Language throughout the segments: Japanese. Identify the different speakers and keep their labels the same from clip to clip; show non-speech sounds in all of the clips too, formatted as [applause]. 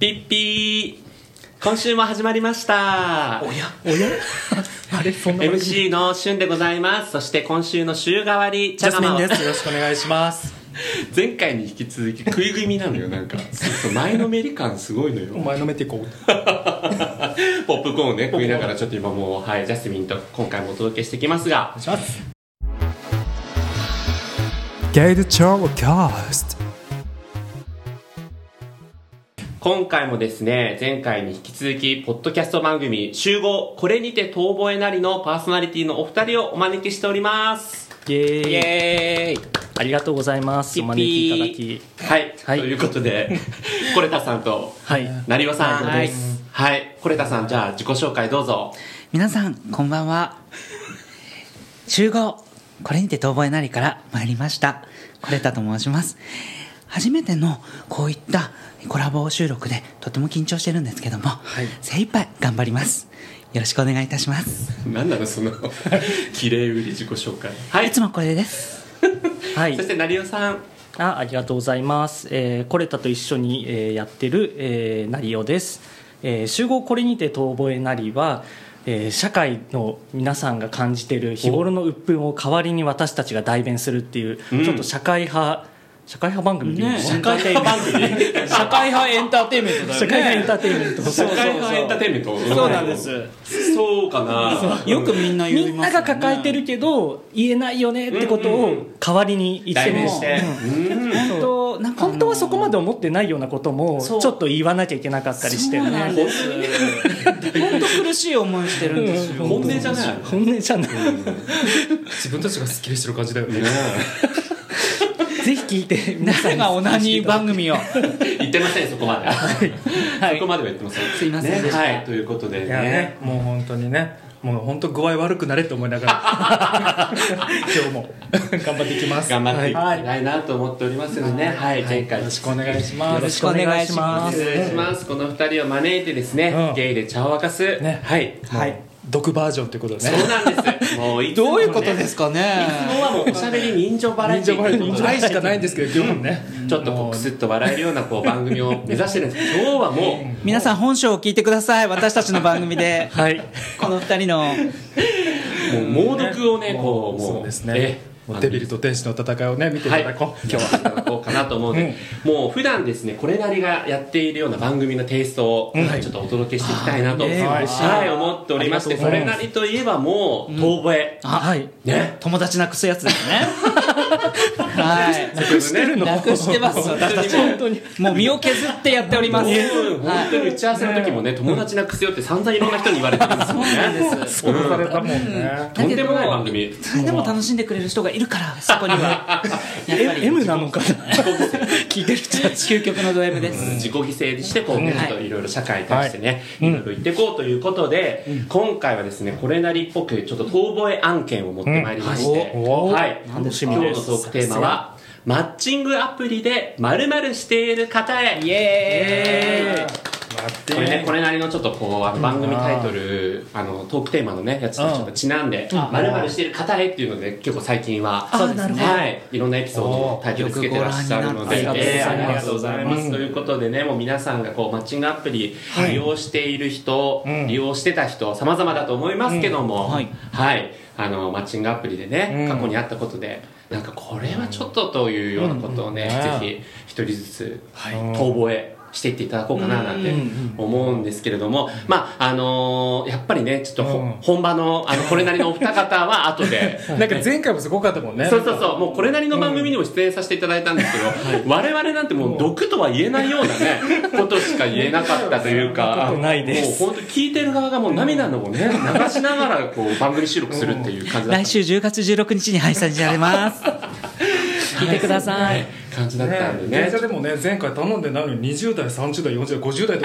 Speaker 1: ピッピー今週も始まりました
Speaker 2: おやおや [laughs] あれそんな感じ
Speaker 1: MC のしゅんでございますそして今週の週替わり
Speaker 2: ジャスミンで
Speaker 1: ちゃが
Speaker 2: すよろしくお願いします
Speaker 1: ま [laughs] 前回に引き続き食い気味なのよなんかそう前のめり感すごいのよ
Speaker 2: お前のめていこう
Speaker 1: [laughs] ポップコーンをね食いながらちょっと今もうはいジャスミンと今回もお届けしてきますが
Speaker 2: しますゲイルチョーキャスト
Speaker 1: 今回もですね、前回に引き続き、ポッドキャスト番組、集合、これにて遠吠えなりのパーソナリティのお二人をお招きしております。
Speaker 3: イエーイ
Speaker 1: イエーイ
Speaker 3: ありがとうございますお招きいただき
Speaker 1: はい、
Speaker 3: はい
Speaker 1: ということで、コレタさんと、
Speaker 3: はい
Speaker 1: なりおさん。
Speaker 3: はい
Speaker 1: はい。はい、コレタさん、じゃあ自己紹介どうぞ。
Speaker 4: 皆さんこんばんは集合これにて遠吠えなりから参りましたコレタと申します初めてのこういったコラボ収録でとても緊張してるんですけども、精一杯頑張りますよろしくお願いいたします
Speaker 1: なんなの、その、綺麗売り自己紹介。はいい
Speaker 4: つ、もこれです
Speaker 3: はい
Speaker 1: そしてなりおさん。
Speaker 3: あありがとうございます、えー、コレタと一緒に、えーやってる、えー、ナリオです、えー集合これにて遠吠えナリは、えー社会の皆さんが感じている日頃の鬱憤を代わりに私たちが代弁するっていう、
Speaker 1: ん
Speaker 3: ちょっと社会派社会派番組でいいのかな
Speaker 1: 社会派番組。
Speaker 2: 社会派エ
Speaker 1: [laughs]
Speaker 2: ンターテインメントだよね
Speaker 3: 社会派エンターテインメント
Speaker 1: 社会派エンターテインメント。
Speaker 2: そうなんです
Speaker 1: そうかな。
Speaker 4: よくみんな言います
Speaker 3: みんなが抱えてるけど言えないよねってことを代わりに言っ
Speaker 1: 代
Speaker 3: てみ
Speaker 1: 弁
Speaker 3: る
Speaker 1: して。うん
Speaker 3: 本当
Speaker 4: なんか
Speaker 3: 本当はそこまで思ってないようなこともちょ
Speaker 4: そう
Speaker 3: っと言わなきゃいけなかったりして
Speaker 4: そうなん
Speaker 3: ね
Speaker 4: です本当苦しい思いしてるんですよ
Speaker 1: 本音じゃない。
Speaker 3: 本音じゃない
Speaker 2: 自分たちがスッキリしてる感じだよね
Speaker 1: ね
Speaker 3: ぜひ聞いて皆さん
Speaker 4: 誰 [laughs]
Speaker 3: に
Speaker 4: がオナニー番組を
Speaker 1: え言ってませんそこまで。そこまでは言ってません。
Speaker 4: すいません
Speaker 1: ね
Speaker 4: でした
Speaker 1: はいということで
Speaker 2: いや
Speaker 1: ね
Speaker 2: ね。もう本当にねもう本当具合悪くなれって思いながら
Speaker 3: [laughs]
Speaker 2: 今日も頑張っていきます
Speaker 1: 頑張っていき
Speaker 2: は
Speaker 1: た
Speaker 2: い、
Speaker 1: いなと思っておりますのでね。はい前回
Speaker 2: よろしくお願いしま
Speaker 4: よ
Speaker 2: す
Speaker 4: ろしくお願いし
Speaker 1: お
Speaker 4: ま
Speaker 1: 願
Speaker 4: す
Speaker 1: いします。この二人を招いてです
Speaker 2: う
Speaker 1: ね
Speaker 2: ん、
Speaker 1: ゲイで茶を沸かす。
Speaker 2: ね
Speaker 1: はい。
Speaker 2: はい毒バージョンということで
Speaker 1: そ
Speaker 2: ね
Speaker 1: うなんです。もういつも
Speaker 4: ど
Speaker 1: ね
Speaker 4: ういうことですかね
Speaker 1: いつもはもうおしゃべり人情バラエティーってこと
Speaker 2: 人
Speaker 1: で
Speaker 2: 情バラエティしかないんですけど今日もね
Speaker 1: ちょっとこうクスッと笑えるようなこう番組を目指してるんですけど今日はもう
Speaker 4: 皆さん本性を聞いてください私たちの番組で
Speaker 3: はい
Speaker 4: この二人の
Speaker 1: もう猛毒をねこうもう
Speaker 2: そうですね
Speaker 1: ええ
Speaker 2: もうデビルと天使の戦いをね見ていただこう、
Speaker 1: 今日はやっていこうかなと思うので、もう普段ですねこれなりがやっているような番組のテイストを、はいちょっとお届けしていきたいなと、
Speaker 3: あーね
Speaker 1: はい
Speaker 3: 嬉しい
Speaker 1: はい思っておりまして
Speaker 2: あり
Speaker 1: こ
Speaker 2: がとう
Speaker 1: れ
Speaker 2: ございま
Speaker 1: な
Speaker 2: す
Speaker 1: りといえばもう遠吠え、
Speaker 4: あ
Speaker 3: はい
Speaker 1: ね
Speaker 4: 友達なくすやつですねはい
Speaker 1: 楽して
Speaker 4: [laughs]
Speaker 1: る
Speaker 4: なくしてます私たち
Speaker 1: 本当
Speaker 4: にもう身を削ってやっております
Speaker 1: うん
Speaker 4: は
Speaker 1: 本当に打ち合わせの時もね友達なくせよって散々いろんな人に言われてるんですよね
Speaker 2: そうされたもんね。
Speaker 1: とんでもない番組
Speaker 4: いそ [laughs] れでも楽しんでくれる人がいるからそこには [laughs] やっぱ
Speaker 3: M,
Speaker 4: り
Speaker 3: M なのかな聞いてる人たち
Speaker 4: [laughs] 究極のド M です
Speaker 1: 自己犠牲にしてこうね、
Speaker 4: はい
Speaker 1: ちょっといろいろ社会に対してね、い、ろいろ言っていこうということで、今回はですねこれなりっぽくちょっと遠吠え案件を持ってまいりまして、
Speaker 2: うんおお
Speaker 1: はい
Speaker 3: 楽し
Speaker 1: 今日
Speaker 3: み
Speaker 1: の
Speaker 3: で
Speaker 1: トー
Speaker 3: す
Speaker 1: クテーマは「マッチングアプリでまるしている方へ」
Speaker 4: イエーイ
Speaker 2: 待
Speaker 1: これね、これなりのちょっとこうあの番組タイトル、あのトークテーマのねやつとちょっとちなんで「まるしている方へ」っていうので結構最近は
Speaker 4: あなるほど
Speaker 1: はい、いろんなエピソードをタイトルつけてらっしゃるので
Speaker 4: よくご覧になる
Speaker 1: ええあ
Speaker 4: あ
Speaker 1: り
Speaker 4: り
Speaker 1: が
Speaker 4: が
Speaker 1: と
Speaker 4: と
Speaker 1: うご
Speaker 4: うご
Speaker 1: ざ
Speaker 4: ざ
Speaker 1: い
Speaker 4: い
Speaker 1: ま、
Speaker 4: ます
Speaker 1: ということでねもう皆さんがこうマッチングアプリ利用している人、
Speaker 2: うん
Speaker 1: 利用してた人様々だと思いますけども、
Speaker 4: うん
Speaker 1: は
Speaker 4: はいい、
Speaker 1: あのマッチングアプリでね、
Speaker 2: う
Speaker 1: 過
Speaker 2: ん
Speaker 1: 去にあったことでなんかこれはちょっとというようなことをね、
Speaker 2: うん
Speaker 1: ぜひ一人ずつ
Speaker 2: はい
Speaker 1: 遠吠えしていっていただこうかななんて思うんですけれども、まああのーやっぱりねちょっとほ、
Speaker 2: うん
Speaker 1: 本場のあのこれなりのお二方は後で
Speaker 2: なんか前回もすごかったもんね。
Speaker 1: そうそうそうもうこれなりの番組にも出演させていただいたんですけど、我々なんてもう毒とは言えないようなねことしか言えなかったという
Speaker 3: そんな
Speaker 1: か
Speaker 3: ことないです
Speaker 1: もう本当聞いてる側がもう涙のをね流しながらこう番組収録するっていう感じだった
Speaker 4: 来週10月16日に配信されます聞いてください
Speaker 1: 感じだったんで
Speaker 2: 電
Speaker 1: ね
Speaker 2: 車でもね前回頼んでないのに20代30代40代50代と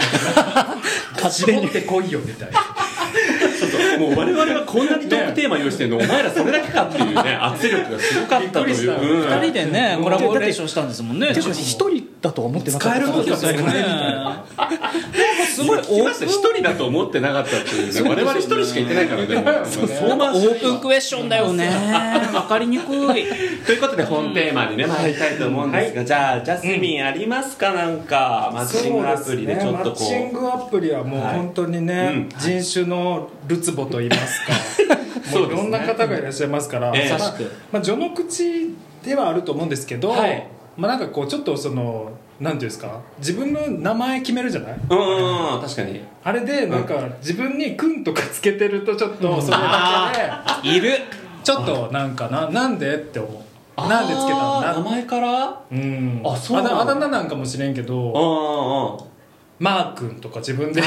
Speaker 1: [laughs]
Speaker 2: か絞ってこいよみたいな
Speaker 1: ちょっともう我々はこんなにトークテーマ用意してるの、お前らそれだけかっていうね圧力がすごかったと
Speaker 2: び
Speaker 1: い
Speaker 2: っくりし
Speaker 1: う
Speaker 2: た
Speaker 1: うん
Speaker 4: 二人でねコラボレーションしたんですもんね [laughs]
Speaker 3: 一人だとは思ってなかっ
Speaker 2: 使
Speaker 3: た
Speaker 2: えることが少ない
Speaker 4: ねす
Speaker 1: すごい
Speaker 2: 聞き
Speaker 1: オ
Speaker 2: ま
Speaker 1: ー
Speaker 2: し
Speaker 1: プ
Speaker 2: た
Speaker 1: ン一人だと思ってなかったっていうね我々一人しか行ってないからね
Speaker 2: そうそう
Speaker 1: 相馬市
Speaker 4: オープンクエスチョンだよねわかりにく [laughs] い
Speaker 1: ということで本テーマにね参りたいと思うんですがじゃあジャスミンありますかなんかマッチングアプリでちょっとこ
Speaker 2: そうですねマッチン
Speaker 1: う
Speaker 2: グアプリはもう
Speaker 1: はい
Speaker 2: 本当にね、
Speaker 1: うん
Speaker 2: 人種のるつぼと言いますか
Speaker 1: そ [laughs]
Speaker 2: も
Speaker 1: う
Speaker 2: う
Speaker 1: で
Speaker 2: い
Speaker 1: すね
Speaker 2: ろんな方がいらっしゃいますから、
Speaker 1: ええ
Speaker 2: まあ
Speaker 1: 確かに
Speaker 2: まあ、序の口ではあると思うんですけど、
Speaker 1: はい
Speaker 2: まあなんかこうちょっとそのなんていうんですか自分の名前決めるじゃない
Speaker 1: うんうんうん確かに
Speaker 2: あれでなんか自分に「くん」とかつけてるとちょっとそれだけでいるちょっとなんかななんでって思うなんでつけたん
Speaker 1: あー
Speaker 2: だ
Speaker 1: 名前から
Speaker 2: うん
Speaker 1: あそうなの
Speaker 2: だあだ名なんかもしれんけ
Speaker 1: うんう
Speaker 2: ど
Speaker 1: んうん
Speaker 2: マー君とか自分で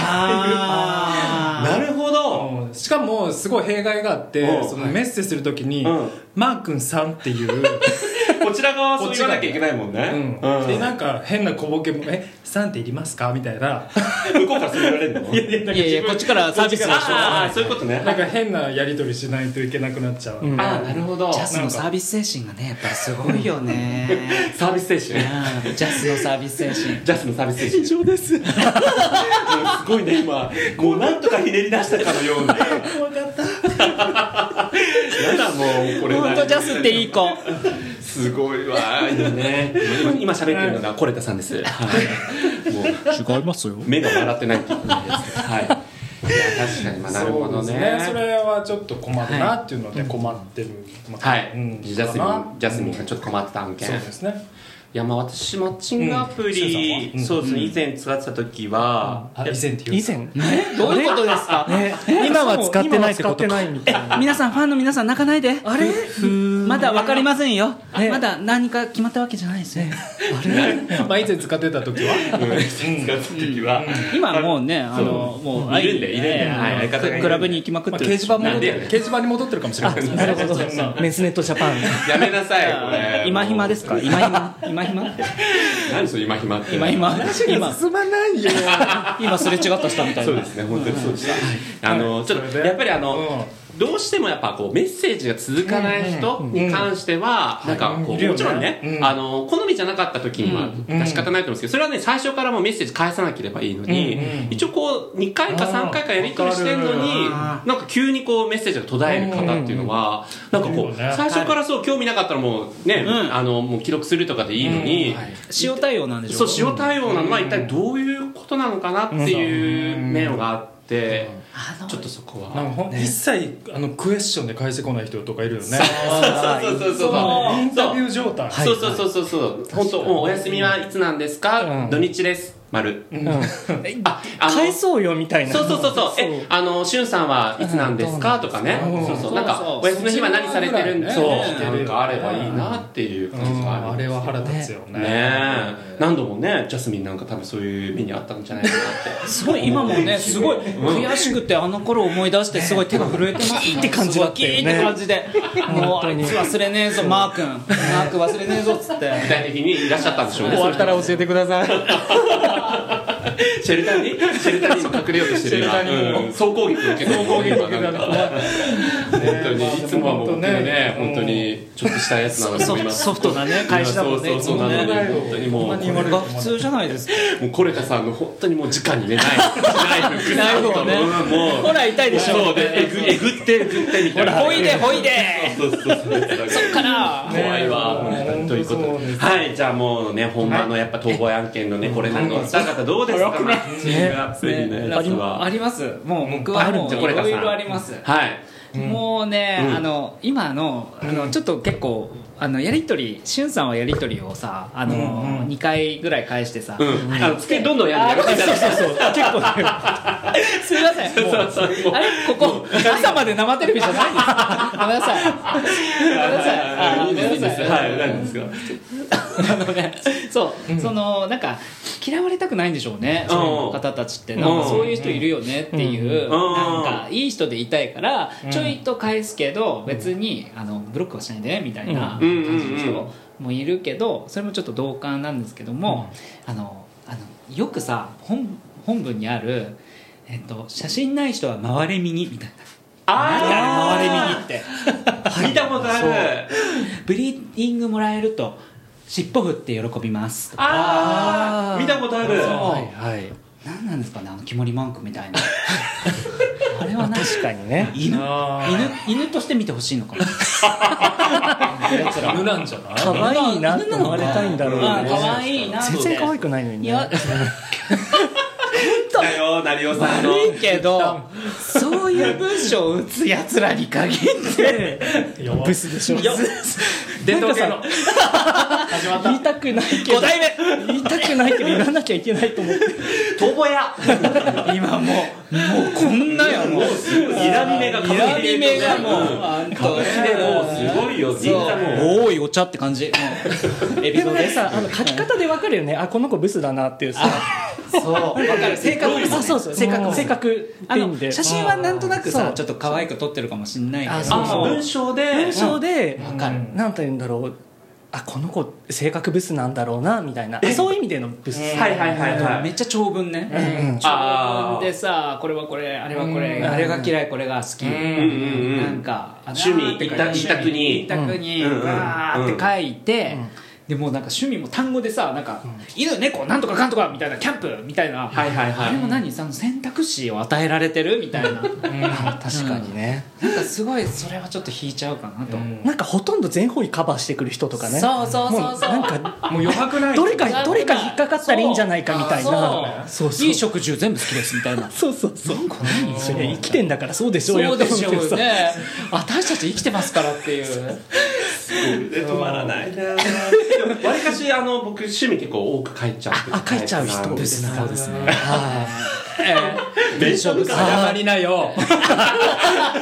Speaker 1: あーなるほど
Speaker 2: うんしかもすごい弊害があ
Speaker 1: う
Speaker 2: って
Speaker 1: ん
Speaker 2: そのメッセージするときに
Speaker 1: うん
Speaker 2: 「マー君さん」っていう、
Speaker 1: こちら側はそう言わなきゃいけないもんね
Speaker 2: うんでなんか変な小ボケも「えさんっていりますか?」みたいな
Speaker 1: 向こうからそう言われるの
Speaker 2: いやい
Speaker 4: いやい [laughs] やこっちからサービスでしょ
Speaker 1: ああそういうことね
Speaker 2: なんか変なやり取りしないといけなくなっちゃう、
Speaker 3: ん
Speaker 1: ああなるほど
Speaker 4: ジャスのサービス精神がねやっぱりすごいよ [laughs] ね
Speaker 1: サービス精
Speaker 4: い
Speaker 1: 神
Speaker 4: やジャスのサービス精神
Speaker 1: ジャスのサービス精神
Speaker 4: [laughs]
Speaker 1: 以上ですすごいね今もうなんとかひねり出したかのように怖かった [laughs] やだもうこれ
Speaker 4: 本当ジャスっていい子
Speaker 1: すごいわいいね今今喋ってるのがコレタさんですはいもう
Speaker 3: 違いますよ
Speaker 1: 目が笑ってないっていうことですはいいや確かにまあなるほど
Speaker 2: そう
Speaker 1: ね
Speaker 2: ですねそれはちょっと困るなっていうので困ってる、
Speaker 1: はい、
Speaker 2: うん
Speaker 1: ジャスミンジャスミンがちょっと困ってた案件、
Speaker 2: そうですね
Speaker 1: いやまあ私マッチングアプリ、
Speaker 2: うん
Speaker 1: そうですね、以前使ってた時は、
Speaker 2: あ以前っていう
Speaker 3: 以前
Speaker 4: どういうことですか
Speaker 3: 今は使ってないってこと
Speaker 2: 今
Speaker 3: か
Speaker 2: は使ってないみたいな
Speaker 4: 皆さんファンの皆さん泣かないであれまだ分かりませんよ
Speaker 3: ね
Speaker 4: まだ何か決まったわけじゃないですね
Speaker 2: [laughs] まあ以前使ってた時は
Speaker 1: [laughs] うん使ってた時は、
Speaker 4: 今はもうねあの
Speaker 1: そう
Speaker 4: もう
Speaker 1: いるんでいるんで
Speaker 4: ええ
Speaker 1: はい相方がいるんで
Speaker 4: クラブに行きまくっ
Speaker 2: まあ、
Speaker 4: て
Speaker 2: 掲
Speaker 4: るで
Speaker 2: 示
Speaker 4: し
Speaker 2: 板
Speaker 4: ょ
Speaker 2: 戻
Speaker 1: な
Speaker 2: っ
Speaker 1: んで
Speaker 2: て
Speaker 1: や
Speaker 2: る
Speaker 1: ね
Speaker 2: 掲示板に戻ってるかもしれない
Speaker 3: なるほど
Speaker 2: そんな
Speaker 3: メスネットジャパン
Speaker 1: やめなさいこれ
Speaker 4: 今暇ですか今暇今暇
Speaker 1: 何それ今暇って
Speaker 4: 今 [laughs] 暇今
Speaker 2: 進まないよ
Speaker 4: 今すれ違った人みたい
Speaker 1: そう
Speaker 4: な
Speaker 1: ですね本当にそうでした、あのちょっ
Speaker 2: そ
Speaker 1: と
Speaker 2: れで
Speaker 1: やっぱりあの、どうしてもやっぱこうメッセージが続かない人に関しては、なんかこう、
Speaker 2: いるよね
Speaker 1: もちろんね、
Speaker 2: うん
Speaker 1: あの好みじゃなかった時には仕方ないと思うんですけどそれはね最初からもうメッセージ返さなければいいのに、
Speaker 2: うん
Speaker 1: 一応こう2回か3回かやり取りしてるのに
Speaker 2: あーわ
Speaker 1: なんか急にこうメッセージが途絶える方っていうのは、なんかこ
Speaker 2: いうるよね
Speaker 1: 最初からそう興味なかったらもうね、
Speaker 4: ん
Speaker 1: あのもう記録するとかでいいのに。
Speaker 4: 塩対応なんでしょ
Speaker 1: そう塩対応なのは一体どういうことなのかなっていう面があって、ちょっとそこ
Speaker 2: なんか
Speaker 1: は。
Speaker 2: ほん一切あのクエスチョンで返してこない人とかいるよね
Speaker 1: そうそうそうそう
Speaker 2: インタビュー状態
Speaker 1: そうそうそうそうそう本当もうお休みはいつなんですか、
Speaker 2: うん
Speaker 1: 土日です丸、
Speaker 3: え
Speaker 1: ああ
Speaker 3: 返
Speaker 1: の
Speaker 3: そうよみたいな
Speaker 1: そうそうそうそう
Speaker 3: そう
Speaker 1: えあのしゅんさんはいつなんですかとかね
Speaker 2: うん
Speaker 1: そうそうなんか
Speaker 4: そうそう
Speaker 1: お休みの日は何されてるんで
Speaker 2: そ
Speaker 1: そうう
Speaker 2: そう
Speaker 1: なんかあればいいなっていう
Speaker 2: う
Speaker 1: 感じが
Speaker 2: ん
Speaker 1: あ
Speaker 2: あ
Speaker 1: る
Speaker 2: れは腹立つよね
Speaker 1: ねえ何度もねジャスミンなんか多分そういう目にあったんじゃないかなって
Speaker 2: [laughs]
Speaker 4: すごい今もねすごい悔しくてあの頃思い出してすごい手が震えてますキーって
Speaker 3: 感じだったよね
Speaker 4: キーって感じでも
Speaker 3: 本
Speaker 4: う
Speaker 3: 当
Speaker 4: あい
Speaker 3: に
Speaker 4: つ忘れねえぞマー君マー君忘れねえぞっつって
Speaker 1: 具体的にいらっしゃったんでしょうね
Speaker 4: 教えてください
Speaker 1: シェルターにシェルターに今隠れようとしてる今
Speaker 2: シェルターに
Speaker 1: うん総攻撃を受けて総攻撃を受けた本当にいつもはもう僕のね
Speaker 2: うん
Speaker 1: 本当にちょっとしたやつなのに思います
Speaker 4: ソフトなね会社だもんね
Speaker 1: そうそうそうなのに
Speaker 4: いつも
Speaker 1: 本当にもう
Speaker 2: こんなに言われ
Speaker 4: これ
Speaker 2: ると思
Speaker 4: が
Speaker 2: わな
Speaker 4: 普
Speaker 2: い
Speaker 4: 通じゃないですか
Speaker 1: もうコレタさんの本当にもう直にね [laughs] ナイフ
Speaker 4: ナイフをね
Speaker 1: うんもう
Speaker 4: ほら痛いでしょ
Speaker 1: そうでえぐえぐってえぐってみたいな
Speaker 4: ほいでほいで
Speaker 1: そうそうそう
Speaker 4: そっから
Speaker 1: 怖いわ、
Speaker 2: ねえ
Speaker 1: 本当にということ
Speaker 2: 本当そう
Speaker 1: で
Speaker 2: です
Speaker 1: はいじゃあもうね本番のやっぱ逃亡案件のねこれなのお二方どうですかマッチングアプリのやつは
Speaker 4: ありますもう僕
Speaker 1: あ
Speaker 4: は
Speaker 1: るん
Speaker 4: も
Speaker 1: じ
Speaker 4: う
Speaker 1: ゃ
Speaker 4: い
Speaker 1: これか
Speaker 4: ろ
Speaker 1: さ
Speaker 4: いろあります
Speaker 1: はい
Speaker 4: もうね、
Speaker 1: うん
Speaker 4: あの今のあのちょっと結構あのやり取りしゅんさんはやり取りをさあの、
Speaker 2: うんうん
Speaker 4: 2回ぐらい返してさ、
Speaker 1: うんあの机どんどんやるんだよ
Speaker 4: そうそうそう結構ねすみませんもう
Speaker 1: そうそう
Speaker 4: あれここ朝まで生テレビじゃないんですかごめんなさいごめんなさいあー
Speaker 1: い
Speaker 4: ご
Speaker 1: いです
Speaker 4: めん
Speaker 1: ね
Speaker 4: なさい
Speaker 1: はい何ですか
Speaker 4: あのねそう、そのなんか嫌われたくないんでしょうね、
Speaker 1: うん
Speaker 4: その方たちってなん
Speaker 1: うん
Speaker 4: かそういう人いるよねっていう、
Speaker 1: ん
Speaker 4: なんかいい人でいたいから、ちょいと返すけど別にあのブロックはしないでみたいな
Speaker 1: うん
Speaker 4: 感
Speaker 1: う
Speaker 4: じの
Speaker 1: んうんうん
Speaker 4: 人もいるけどそれもちょっと同感なんですけども、あのあのよくさ本本文にある、えっと「写真ない人は回れ右」みたいな。
Speaker 1: あ
Speaker 4: 回れ
Speaker 1: ー
Speaker 4: 右って
Speaker 1: 見たことある
Speaker 4: ブリーディングもらえると尻尾振って喜びます
Speaker 1: あー見たことある
Speaker 3: はいはい
Speaker 4: 何なんですかねあのキモリマンクみたい [laughs] なあれは何
Speaker 3: 確かにね
Speaker 4: 犬
Speaker 2: あー
Speaker 4: 犬犬として見てほしいの [laughs] かなやつら
Speaker 2: 犬なんじゃない
Speaker 3: 可愛いなって思われたいんだろう
Speaker 4: あ
Speaker 3: ね
Speaker 4: 可愛いな
Speaker 3: 全然可愛くないのに
Speaker 4: い
Speaker 3: ね
Speaker 4: や
Speaker 1: だよなりおさんの
Speaker 4: 悪いけどそういう文章を打つやつらに限って
Speaker 2: 弱
Speaker 3: ブスでしょ
Speaker 1: よ伝統系の
Speaker 2: 始まった
Speaker 3: 言いたくないけど言いたくないけど言わなきゃいけないと思って
Speaker 1: 遠吠えや
Speaker 4: 今もうもうこんなやもう
Speaker 1: にらみ目がかぶり
Speaker 4: 睨み目がもうあん
Speaker 1: 歌舞伎でもうすごいよ銀座もう
Speaker 4: 多いお茶って感
Speaker 1: [laughs]
Speaker 4: じもうエビ
Speaker 3: で
Speaker 4: ゾ
Speaker 3: も
Speaker 4: で
Speaker 3: ね
Speaker 4: す
Speaker 3: さあの書き方でわかるよねあこの子ブスだなっていうさ
Speaker 4: そうわかる性格ですね
Speaker 3: あそうそう
Speaker 4: 性
Speaker 3: 性
Speaker 4: 格
Speaker 3: 格
Speaker 4: 性
Speaker 3: 性
Speaker 4: 格
Speaker 3: 格って
Speaker 4: あ
Speaker 3: 意味
Speaker 4: の
Speaker 3: で
Speaker 4: 写真はなんとなく
Speaker 3: そ
Speaker 4: さ
Speaker 3: う
Speaker 4: ちょっと可愛く撮ってるかもしんない
Speaker 3: あ
Speaker 4: け
Speaker 3: そう
Speaker 4: ど
Speaker 1: あ文章で
Speaker 3: 文章で
Speaker 4: わかる
Speaker 3: なんて言うんだろうあこの子性格ブスなんだろうなみたいなそういう意味でのブス
Speaker 1: はいはいはい
Speaker 4: あの
Speaker 1: は
Speaker 4: め
Speaker 1: い
Speaker 4: っちゃ長文ね
Speaker 3: うん
Speaker 4: 長文でさこれはこれあれはこれ
Speaker 3: うん
Speaker 4: あれが嫌いこれが好き
Speaker 1: うんうんうん
Speaker 4: なんかあ
Speaker 1: 趣味
Speaker 4: なんて書い
Speaker 1: 一択に
Speaker 4: 一択に
Speaker 1: うん
Speaker 4: わーって書いてでもうなんか趣味も単語でさなんか犬猫なんとかかんとかみたいなキャンプみたいな
Speaker 1: はいはい
Speaker 4: あれも
Speaker 1: は
Speaker 4: 何その選択肢を与えられてるみたいな確か
Speaker 3: 確かにね
Speaker 4: なんかすごいそれはちょっと引いちゃうかなと、
Speaker 3: なんかほとんど全方位カバーしてくる人とかね
Speaker 4: そうそうそうそう
Speaker 3: もなんか
Speaker 2: もう余白ない
Speaker 3: どれか
Speaker 4: そう
Speaker 3: どれか引っかかったらいいんじゃないかみたいな
Speaker 4: そうそういい食住全部好きですみたい
Speaker 3: [laughs]
Speaker 4: な
Speaker 3: そうそうそうそれ生きてんだからそうでしょう
Speaker 4: そ
Speaker 3: よ
Speaker 4: うでしょ
Speaker 3: って思ってさ
Speaker 4: うね私たち生きてますからっていう
Speaker 1: いで止まらないわりかしあの僕趣味結構多く書いちゃう
Speaker 3: あ書いちゃう人
Speaker 1: です
Speaker 3: な
Speaker 4: そうですね
Speaker 3: は
Speaker 1: 文章
Speaker 4: 謝りなよ
Speaker 1: な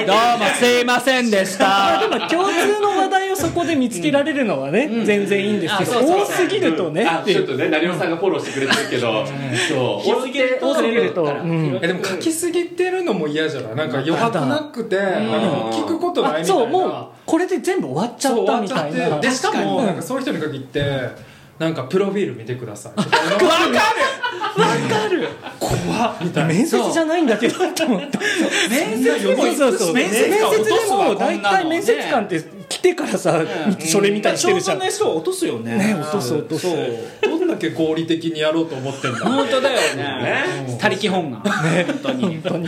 Speaker 1: い
Speaker 4: どうもすいませんで
Speaker 3: [laughs]
Speaker 4: し
Speaker 3: い
Speaker 4: た
Speaker 3: でも共通の話題をそこで見つけられるのはね、全然いいんですけど、
Speaker 4: あそうそう
Speaker 3: 多すぎるとね
Speaker 1: あ
Speaker 3: ってい
Speaker 1: ち
Speaker 3: う
Speaker 1: ょっとね成尾さんがフォローしてくれてるけどそう多すぎる
Speaker 3: 多すぎると、うん
Speaker 2: えでも書きすぎてるのも嫌じゃないなんか余白なくてなんか聞くことない
Speaker 3: あ
Speaker 2: みたい
Speaker 3: そ
Speaker 2: な
Speaker 3: うもうこれで全部終わっちゃ
Speaker 2: そう
Speaker 3: っ
Speaker 2: 終
Speaker 3: た
Speaker 2: わっ
Speaker 3: み
Speaker 2: ちゃ
Speaker 3: た
Speaker 2: っ
Speaker 3: い
Speaker 2: て
Speaker 3: な
Speaker 2: でしか
Speaker 4: 確か
Speaker 2: も
Speaker 4: に
Speaker 2: なんかそういう人に限ってなんかプロフィール見てくださいとか怖っみたいな
Speaker 3: 面接じゃないんだけどと思って
Speaker 4: 面接も
Speaker 3: そうそう
Speaker 4: 面接
Speaker 3: 面
Speaker 4: 官落と
Speaker 3: 接
Speaker 4: す
Speaker 3: で
Speaker 4: わ
Speaker 3: も
Speaker 4: こん
Speaker 3: 大
Speaker 4: なの
Speaker 3: 体面接官って来てからさ、それみたいにしてるじゃんね
Speaker 4: 人は落とすよね
Speaker 3: 落とす落とす
Speaker 2: そうどんだけ合理的にやろうと思
Speaker 4: [laughs]
Speaker 2: ってんだ
Speaker 4: 本当だよね他力本願本当に
Speaker 3: 本当に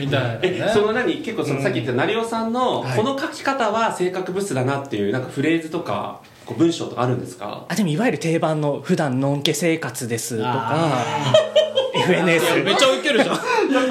Speaker 2: みたい
Speaker 1: え
Speaker 2: な
Speaker 1: そ
Speaker 2: ね
Speaker 1: の何結構そのさっき言った成尾さんのこの書き方は性格物質だなっていうなんかフレーズとかこう文章とかあるんですか
Speaker 3: あでもいわゆる定番の普段のんけ生活ですとか FNS
Speaker 4: めっちゃウケるじゃん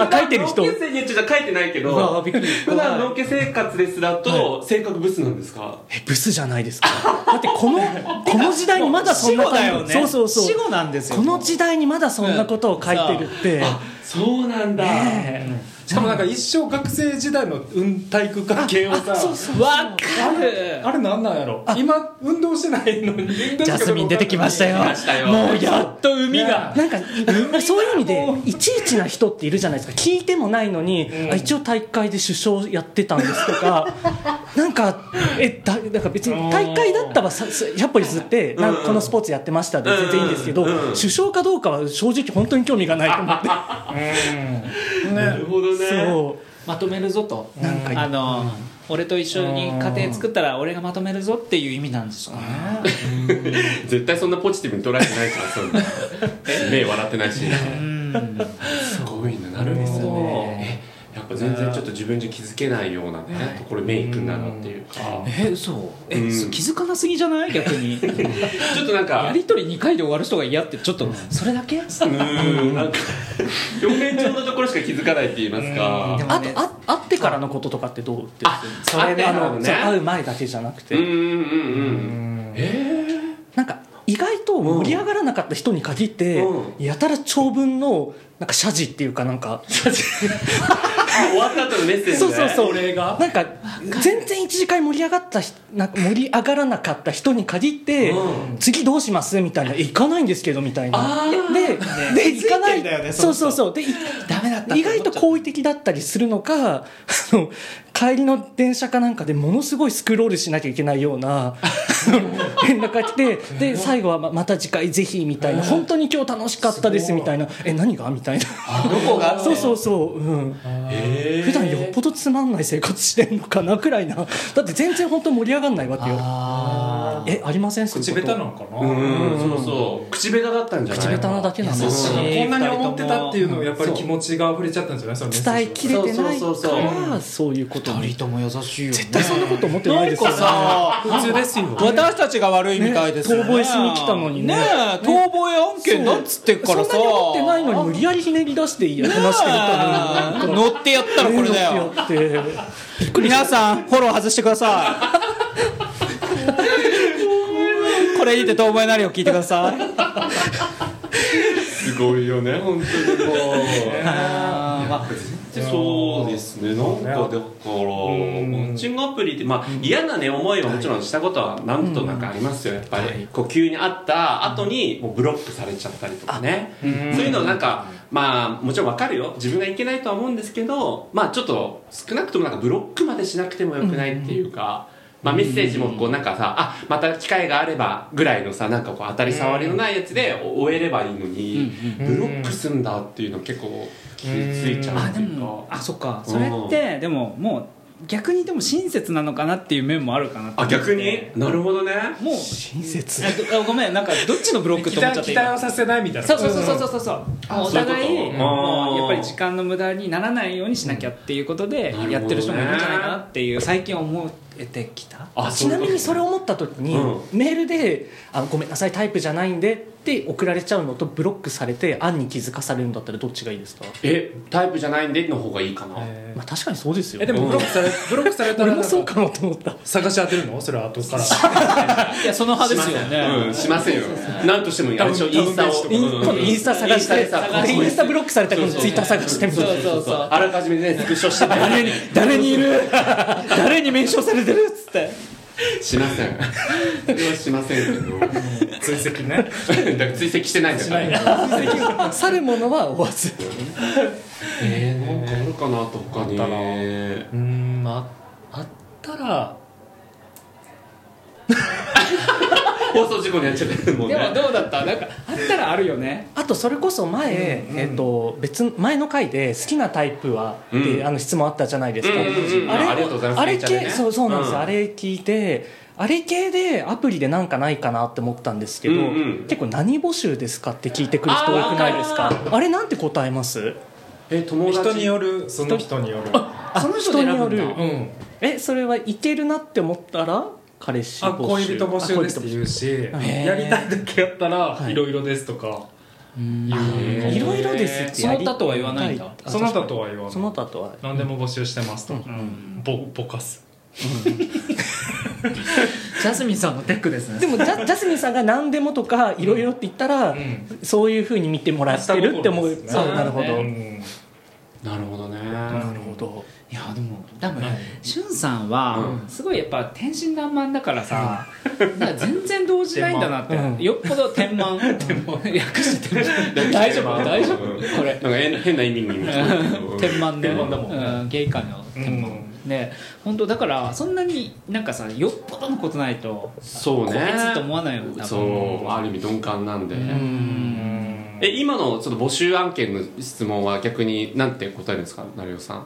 Speaker 3: あ [laughs] 書いてる人
Speaker 1: 農家生にちょっと書いてないけ
Speaker 3: うわ
Speaker 1: ど
Speaker 3: びっくり
Speaker 1: 普段農家生活ですだと性格物質なんですか
Speaker 3: えブスじゃないですかだってこのこの時代にまだそんな
Speaker 4: 死語だよね
Speaker 3: そうそうそう
Speaker 4: 死語なんですよ
Speaker 3: この時代にまだそんなことを書いてるって、
Speaker 1: そうなんだ
Speaker 3: ね
Speaker 2: しかもなんか一生学生時代の運体育関係をさ
Speaker 4: わかる
Speaker 2: あれなんなんやろ今運動してないのに
Speaker 3: えジャスミン出てきましたよ
Speaker 1: 出てきましたよ
Speaker 3: もうやっ
Speaker 4: っと海
Speaker 2: が
Speaker 3: なんかそういう意味でいちいちな人っているじゃないですか聞いてもないのに、あ一応大会で首相やってたんですとか [laughs] なんかえだなんか別に大会だったらさ100歩譲って、なんかこのスポーツやってましたで全然いいんですけど、首相かどうかは正直本当に興味がないと思って
Speaker 1: なるほどね
Speaker 3: そう。
Speaker 4: まとめるぞと
Speaker 3: なんか
Speaker 4: あの、俺と一緒に家庭作ったら俺がまとめるぞっていう意味なんですよね
Speaker 1: 絶対そんなポジティブに捉えてないからそ
Speaker 3: [laughs]
Speaker 1: んな目笑ってないしすごいななるほどねやっぱ全然ちょっと自分じゃ気づけないようなねところ目いくんだなっていうか
Speaker 4: えそうえ、
Speaker 1: うん
Speaker 4: そう気づかなすぎじゃない逆
Speaker 1: [laughs]
Speaker 4: に
Speaker 1: ちょっとなん
Speaker 4: や
Speaker 1: か
Speaker 4: り取り2回で終わる人が嫌ってちょっとそれだけ
Speaker 1: うーんなんか表面上のところしか気づかないって言いますか
Speaker 4: でも
Speaker 3: あとあ会ってからのこととかってどうって
Speaker 1: あそれね
Speaker 3: あの
Speaker 1: あのね
Speaker 3: そう会う前だけじゃなくて、
Speaker 1: うんうんうんうんえ
Speaker 3: なんか意外と盛り上がらなかった人に限って、
Speaker 1: う
Speaker 3: やたら長文のなんか謝辞っていうかなんか
Speaker 1: ー、終わった後のメッセージね
Speaker 3: そうそうそう
Speaker 1: 俺
Speaker 3: なんか全然一次会盛り上がったひなんか盛り上がらなかった人に限って、
Speaker 1: う
Speaker 3: 次どうしますみたいな「え行かないんですけど」みたいな
Speaker 1: あー
Speaker 3: でで行かな
Speaker 4: ついてんだよ
Speaker 3: い
Speaker 4: ね
Speaker 3: そ
Speaker 4: そう
Speaker 3: そ
Speaker 4: うそう
Speaker 3: そう
Speaker 4: う
Speaker 3: でい
Speaker 4: ダメだった
Speaker 3: 意外と好意的だったりするのか [laughs] あの帰りの電車かなんかでものすごいスクロールしなきゃいけないような [laughs] 連絡が来てで最後はままた次回ぜひみたいな本当に今日楽しかったですみたいなえ何がみたいな
Speaker 4: どこが
Speaker 3: そうそうそう、うん、
Speaker 1: えー
Speaker 3: 普段よっぽどつまんない生活してんのかなくらいなだって全然本当盛り上がんないわけよ
Speaker 4: あ
Speaker 2: あー
Speaker 3: えありませんそうい
Speaker 2: 口
Speaker 3: う
Speaker 2: 下
Speaker 3: こと
Speaker 2: 手なのかな、
Speaker 1: うん、そうそう口下手だったんじゃない
Speaker 3: 口下手なだけなん
Speaker 1: 優
Speaker 3: で
Speaker 1: し
Speaker 3: す
Speaker 1: い
Speaker 3: ね
Speaker 2: こんなに思ってたっていうのをやっぱり
Speaker 3: そう
Speaker 2: 気持ちが溢れちゃったんじゃないそのメッセージ
Speaker 3: 伝えきれてない
Speaker 1: そうそうそう
Speaker 3: か
Speaker 1: そ
Speaker 3: らそういうこと
Speaker 5: 二
Speaker 3: に
Speaker 5: 人とも優しいよね絶
Speaker 3: 絶対そんなこと思ってないですよね
Speaker 5: さ
Speaker 2: 普通ですよ
Speaker 5: 私たちが悪いみたいですよね
Speaker 3: ね遠吠えしに来たのにね
Speaker 5: ねえ遠吠え案件だっつってっからさ
Speaker 3: そんなに思ってないのに無理やりひねり出して話してみたの
Speaker 5: [laughs]
Speaker 3: に
Speaker 5: 乗ってやったらこれだよ
Speaker 3: やって
Speaker 5: 皆さんフォロー外してくださいこれにて遠吠えなりを聞いてください
Speaker 1: すご [laughs] いよね本当にもう
Speaker 5: まあ
Speaker 1: でそうですねなんかだからマッチングアプリって、まあ、嫌な、ね、思いはもちろんしたことは何となくありますよやっぱり、こう急に会った後にもうブロックされちゃったりとかね、そういうのなんかまあもちろんわかるよ自分がいけないとは思うんですけどまあちょっと少なくともなんかブロックまでしなくてもよくないっていうか。まあ、メッセージもこうなんかさ、あまた機会があればぐらいのさなんかこう当たり障りのないやつで終えればいいのに、ブロックすんだっていうの結構気づいちゃう
Speaker 4: あ
Speaker 1: って
Speaker 4: で
Speaker 1: いうか、
Speaker 4: もあそっかそれってでももう逆にでも親切なのかなっていう面もあるかな
Speaker 1: あ
Speaker 4: と思って
Speaker 1: 逆になるほどね
Speaker 4: もう
Speaker 3: 親切
Speaker 4: あどあごめんなんかどっちのブロック
Speaker 2: 期
Speaker 4: と思っち
Speaker 2: 待
Speaker 4: ゃって
Speaker 2: 期
Speaker 4: 今
Speaker 2: 待をさせないみたいな
Speaker 4: そうそうそうそうそうそうもうお
Speaker 1: そういう
Speaker 4: 互
Speaker 1: こ
Speaker 4: い
Speaker 1: と
Speaker 4: も
Speaker 1: あー
Speaker 4: うやっぱり時間の無駄にならないようにしなきゃっていうことで
Speaker 1: うん
Speaker 4: やってる人もいるんじゃないかなっていう最近思えてきた
Speaker 1: あ
Speaker 3: ちなみにそれ
Speaker 1: を
Speaker 3: 思った時に、
Speaker 1: う
Speaker 3: メールであ「ごめんなさいタイプじゃないんで」って送られちゃうのとブロックされて案に気づかされるんだったらどっちがいいですか、
Speaker 1: えタイプじゃないんでの方がいいかな、
Speaker 2: え
Speaker 3: まあ、確かにそうですよ
Speaker 2: ーえでもブロックされブロックされた
Speaker 3: 俺
Speaker 2: ら
Speaker 3: もそうかもと思った
Speaker 2: 探し当てるのそれは後から
Speaker 5: いやその派で
Speaker 1: しますせ
Speaker 5: よ
Speaker 1: ん
Speaker 5: ね
Speaker 1: うんしませんよなんとしてもいいあれでしょ
Speaker 2: 多分
Speaker 1: インスタ
Speaker 2: 多
Speaker 1: を
Speaker 2: 分
Speaker 3: イン
Speaker 1: うん
Speaker 3: 今度インスタ探し
Speaker 1: イ
Speaker 3: て
Speaker 1: ンスタでさ
Speaker 3: でインスタブロックされたら今
Speaker 1: そ
Speaker 3: 度
Speaker 1: うそう
Speaker 3: ツイッター探してみる
Speaker 5: そうそうそう
Speaker 1: あらかじめねスクショしてね
Speaker 3: 誰に誰にいる誰にメンションされてるっつって
Speaker 1: しませんそれはしませんけどだか
Speaker 2: 追跡ね
Speaker 1: ら追跡してないんだから
Speaker 3: 去る者は追わず
Speaker 1: えー、なんかあるかなと他に
Speaker 2: あったなうーんああったら
Speaker 1: 放送事故にやっちゃってるもん
Speaker 4: でも
Speaker 1: ね
Speaker 4: どうだったなんかあったらあるよね
Speaker 3: あとそれこそ前、
Speaker 2: うんうん
Speaker 3: えっと別の前の回で好きなタイプはって、
Speaker 1: うん
Speaker 3: あの質問あったじゃないですか、
Speaker 1: うんうんうん
Speaker 3: あれ
Speaker 1: ありがとうございます
Speaker 3: あれ
Speaker 1: めっちゃ
Speaker 3: 系、
Speaker 1: ね
Speaker 3: そうそうなんです、
Speaker 1: うん
Speaker 3: あれ聞いてあれ系でアプリでなんかないかなって思ったんですけど、
Speaker 1: うんうん
Speaker 3: 結構何募集ですかって聞いてくる人多くないですか
Speaker 1: あ
Speaker 3: あれなんて答えます
Speaker 1: え友達
Speaker 2: 人によるその人による
Speaker 3: あ
Speaker 4: その人で選ぶんだ
Speaker 3: 人によ
Speaker 2: う
Speaker 3: る
Speaker 2: ん
Speaker 3: えそれはいけるなって思ったら彼氏
Speaker 2: あ
Speaker 3: 募
Speaker 2: 恋
Speaker 3: 集
Speaker 2: 人募集ですって言うし
Speaker 3: ー
Speaker 2: やりたい時やったら
Speaker 3: い
Speaker 2: いろいろですとか
Speaker 3: あいろいろですってやり
Speaker 4: その他とは言わないんだ
Speaker 3: あ
Speaker 2: その他とは言わ
Speaker 3: そ
Speaker 2: ない
Speaker 3: の他とは
Speaker 2: 何でも募集してますとかぼぼかす
Speaker 4: ジャスミンさんのテックですね
Speaker 3: でもジャジャスミンさんが何でもとかいろいろって言ったら、
Speaker 2: ん
Speaker 3: そういうふうに見てもらってるって思う、
Speaker 2: 下心ですね
Speaker 3: そうなるほど、
Speaker 4: う
Speaker 2: うん
Speaker 1: なるほどね
Speaker 2: なる
Speaker 3: ほど
Speaker 4: いやでも多分
Speaker 2: はい
Speaker 4: しゅんさんは
Speaker 1: う
Speaker 4: すごいやっぱ天真爛漫だからさなんか全然動じないんだなっ
Speaker 3: 天満うん
Speaker 4: てよっぽど [laughs] 天満略して天満 [laughs] 大丈夫大丈夫これ
Speaker 1: なんか変変な意味にも
Speaker 4: [laughs] 天満で
Speaker 1: 天満だもん
Speaker 4: うんゲイ界の天満ね本当だからそんなになんかさよっぽどのことないと
Speaker 1: そうね
Speaker 4: こいつと思わないよ多分
Speaker 1: そうある意味鈍感なんで、
Speaker 2: うん
Speaker 1: え今のその募集案件の質問は逆に何て答えるんですか成尾さん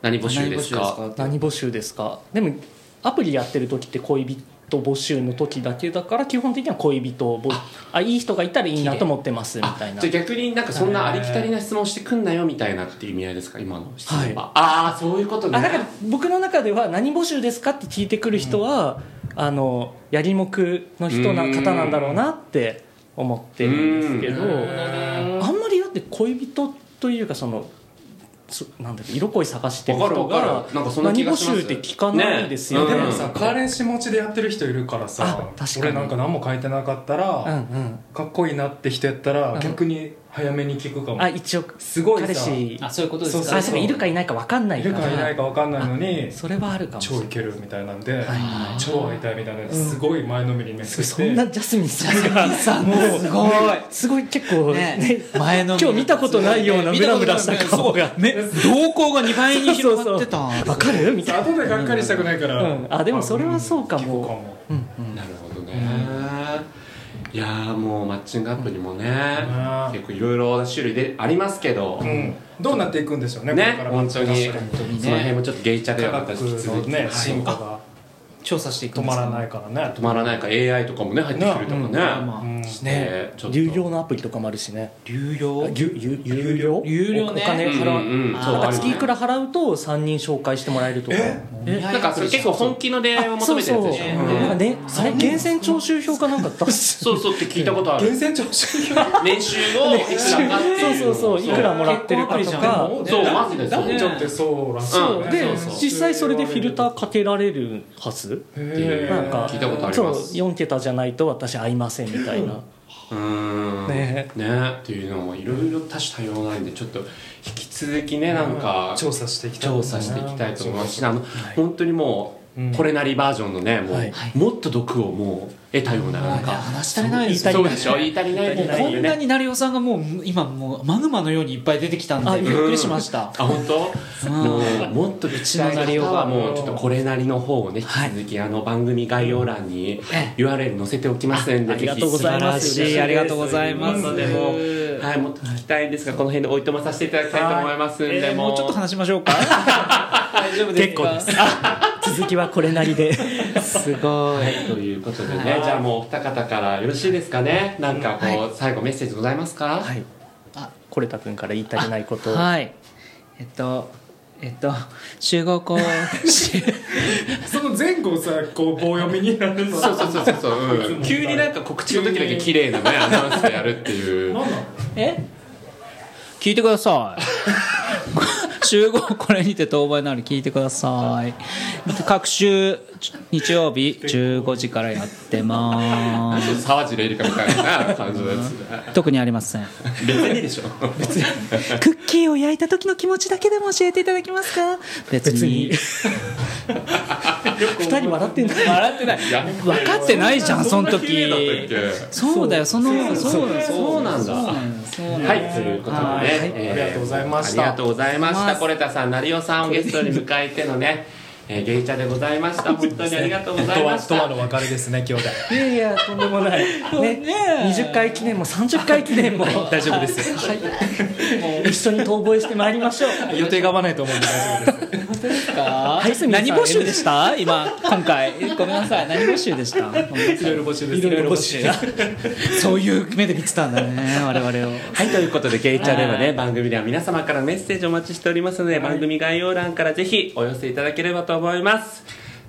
Speaker 1: 何募集ですか
Speaker 3: 何募集ですかでもアプリやってる時って恋人募集の時だけだから基本的には恋人募あいい人がいたらいいなと思ってますみ
Speaker 1: あ
Speaker 3: たいな
Speaker 1: じゃあ逆になんかそんなありきたりな質問してくんなよみたいなっていう意味合いですか今の質問は、ああそういうことね
Speaker 3: あだから僕の中では何募集ですかって聞いてくる人は、あのやりもくの人な
Speaker 1: うん
Speaker 3: 方なんだろうなって思ってるんですけど
Speaker 1: うん
Speaker 3: あんまりだって恋人というかそのそなんだろう色恋探してる人
Speaker 1: わかるわ
Speaker 3: が
Speaker 1: かるなんかそんな
Speaker 3: 何
Speaker 1: 気
Speaker 3: 募
Speaker 1: がします
Speaker 3: 集って聞かないですよ
Speaker 1: ね
Speaker 3: ね
Speaker 2: で
Speaker 1: うん
Speaker 2: もさ彼氏持ちでやってる人いるから
Speaker 3: あ
Speaker 2: さ
Speaker 3: 確かに
Speaker 2: 俺なんか何も書いてなかった
Speaker 3: うん
Speaker 2: ら
Speaker 3: うん
Speaker 2: かっこいいなって人やった
Speaker 3: う
Speaker 2: ら
Speaker 3: ん
Speaker 2: 逆に早めに聞くかも
Speaker 3: あ一応
Speaker 2: すごいさ
Speaker 3: 彼氏
Speaker 4: あそういうことで
Speaker 2: そ
Speaker 4: す
Speaker 2: う
Speaker 4: か
Speaker 2: そう
Speaker 3: あそうかいるかいないか分かんない
Speaker 2: い
Speaker 3: か
Speaker 2: る
Speaker 3: ら
Speaker 2: かいないか分かんないのに
Speaker 3: それはあるかもしれ
Speaker 2: 超
Speaker 3: ない
Speaker 2: いけるみたいなんで
Speaker 3: は
Speaker 2: 超会いたいみたいなすごい前のめりにめくっ
Speaker 3: そ
Speaker 2: て
Speaker 3: んなジャスミンさんが
Speaker 4: さもうすごい
Speaker 3: すごい結構
Speaker 4: ね
Speaker 3: ね
Speaker 5: 前の
Speaker 3: 今日見たことないようなムラムラした顔が
Speaker 5: 目
Speaker 4: [laughs]
Speaker 5: 瞳孔が2倍に広がってた
Speaker 3: わかるみたいな
Speaker 2: 後でがっかりしたくないから、
Speaker 3: うんあでもそれはそうかも
Speaker 2: 結構
Speaker 1: なるほどね、いやーもうマッチングアプリもね、
Speaker 2: うん
Speaker 1: 結構いろいろな種類でありますけど、
Speaker 2: うん、どうなっていくんでしょうねこれ
Speaker 1: ね
Speaker 2: から
Speaker 1: 本当に
Speaker 2: 確か
Speaker 1: その辺もちょっとゲイチャで
Speaker 2: 科
Speaker 1: はまた
Speaker 2: 学
Speaker 1: 引き続
Speaker 2: の
Speaker 1: き、
Speaker 2: ね
Speaker 1: はい
Speaker 2: 進化が、
Speaker 4: 調査していく
Speaker 2: 止
Speaker 4: んで
Speaker 2: ますらないいからね
Speaker 1: 止まらないか AI とかもね入ってくるとかね
Speaker 4: まあまあ
Speaker 2: うん
Speaker 1: ねちょっと
Speaker 3: 有料のアプリとかもあるしね
Speaker 4: 流用
Speaker 3: 有有有料
Speaker 4: 有料ね
Speaker 3: お金払う、
Speaker 1: うんうんうん
Speaker 3: あー
Speaker 1: そう
Speaker 3: なんか
Speaker 1: ある
Speaker 3: 月
Speaker 1: よ
Speaker 3: い
Speaker 1: ね
Speaker 3: くら払うと3人紹介してもらえるとかえ
Speaker 1: なんかそれ結構本気の出会いを求
Speaker 3: そう
Speaker 1: めてる
Speaker 3: そ
Speaker 1: や
Speaker 3: う
Speaker 1: つでしょ
Speaker 3: なんかねあれ源泉徴収票かなんか出す
Speaker 1: そうそうって聞いたことある
Speaker 2: 源泉徴収
Speaker 1: 年収をいくらかって
Speaker 3: そう
Speaker 1: い
Speaker 3: そううそういくらもらってるかと
Speaker 4: 結構ア
Speaker 3: か
Speaker 4: プリ
Speaker 1: そうマジでそう
Speaker 2: 男女ってそうらしい
Speaker 1: うん
Speaker 2: ね
Speaker 1: ね
Speaker 3: で
Speaker 1: そうそう
Speaker 3: 実際それでフィルターかけられるはず
Speaker 2: へー
Speaker 3: なんか
Speaker 1: 聞いたことあり
Speaker 3: そう
Speaker 1: ます
Speaker 3: 4桁じゃないと私合いませんみたいな
Speaker 1: うーん
Speaker 3: ね
Speaker 1: ねっていうのもいろいろ多種多様なんでちょっと引き続きねなんか
Speaker 2: 調査していきたい
Speaker 1: 調査していきたいと思いますしあの本当にも
Speaker 2: うん
Speaker 1: うこれなりバージョンのねも
Speaker 3: はいう
Speaker 1: もっと毒をもう得たようななんか
Speaker 4: 話足りないです
Speaker 1: そうでしょ言い足りない
Speaker 4: もうこんなに成尾さんがもう今もうマグマのようにいっぱい出てきたん
Speaker 3: あ
Speaker 4: でびっくりしました。
Speaker 1: あ本当もうもっとうちのなりはもうちょっとこれなりの方をね引き続きあの番組概要欄に URL 載せておきますんで
Speaker 3: あありが
Speaker 1: ぜひ
Speaker 3: とうございます
Speaker 4: 素晴らしいありがとうございます
Speaker 1: のでもうはいもっと聞きたいんですがこの辺でおいとまさせていただきたいと思いますんで、
Speaker 4: えーもうちょっと話しましょうか。 [laughs] 大丈夫ですか。結構です。
Speaker 3: 続きはこれなりで
Speaker 4: すご
Speaker 1: はい、ということでね、じゃあもうお二方からよろしいですかね。なんかこう、最後メッセージございますか。
Speaker 3: はいコレタ君から言い足りないこと
Speaker 4: はい。えっとえっと集合校
Speaker 2: その前後さこう棒読みになるの
Speaker 1: そうそうそうそうそう、うん、急になんか告知の時だけ綺麗なね、アナウンスやるっていう。
Speaker 2: 何なの
Speaker 4: [laughs] え聞いてください。集合これにて当番なる聞いてください。各週日曜日15時からやってま
Speaker 1: ちょっと沢尻エリカみたいな感じのやつ。
Speaker 4: す。特にありません。
Speaker 1: 別にでしょ。別に。
Speaker 4: クッキーを焼いた時の気持ちだけでも教えていただけますか別に [laughs]
Speaker 3: 2人笑ってんだ
Speaker 4: 笑ってな
Speaker 1: [laughs]
Speaker 4: い
Speaker 1: や
Speaker 4: 分かってないじゃんその時
Speaker 1: 綺麗だったっけ
Speaker 4: そうだよそのそうだよ
Speaker 1: そうなんだ。
Speaker 4: そう
Speaker 1: は
Speaker 4: なんだそうなんだ
Speaker 1: い、ということでね、
Speaker 2: はい
Speaker 1: えー
Speaker 2: ありがとうございました
Speaker 1: ありがとうございました。コレタさん、成尾さんをゲストに迎えてのね、えー、ゲイチャでございました。本当にありがとうございました。
Speaker 2: ドアの別れですね今日で
Speaker 3: いやいやとんでもないね20回記念も30回記念も大丈夫です一緒に遠吠えしてまいりましょう
Speaker 2: 予定が合わないと思うんで大丈夫です
Speaker 3: はいすみませ
Speaker 4: 何
Speaker 3: ん
Speaker 4: 募集でした今今回ごめんな [laughs] さい何募集でした
Speaker 2: いろいろ募集です
Speaker 4: いろいろ募集そういう目で見てたんだね我々を
Speaker 1: はい、ということで、ゲイチャでは
Speaker 4: は
Speaker 1: ね、
Speaker 4: い
Speaker 1: 番組では皆様からメッセージをお待ちしておりますので、番組概要欄からぜひお寄せいただければと思います。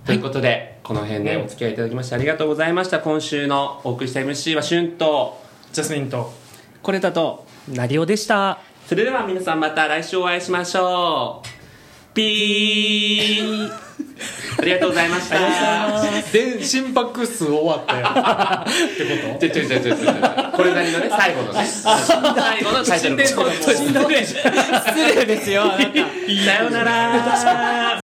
Speaker 1: ということで、この辺でお付き合いいただきましてありがとうございました。今週のお送りした MC は春と、
Speaker 2: ジャスミンと
Speaker 4: これだと
Speaker 3: なりおでした
Speaker 1: それでは皆さんまた来週お会いしましょう。ピ [laughs] ーありがとうございました。
Speaker 2: で心拍数終わったよ
Speaker 1: ちょちょちょちょちょこれなりのね、最後のね。最後のタイトル。
Speaker 4: 失礼ですよあなた
Speaker 1: さようなら。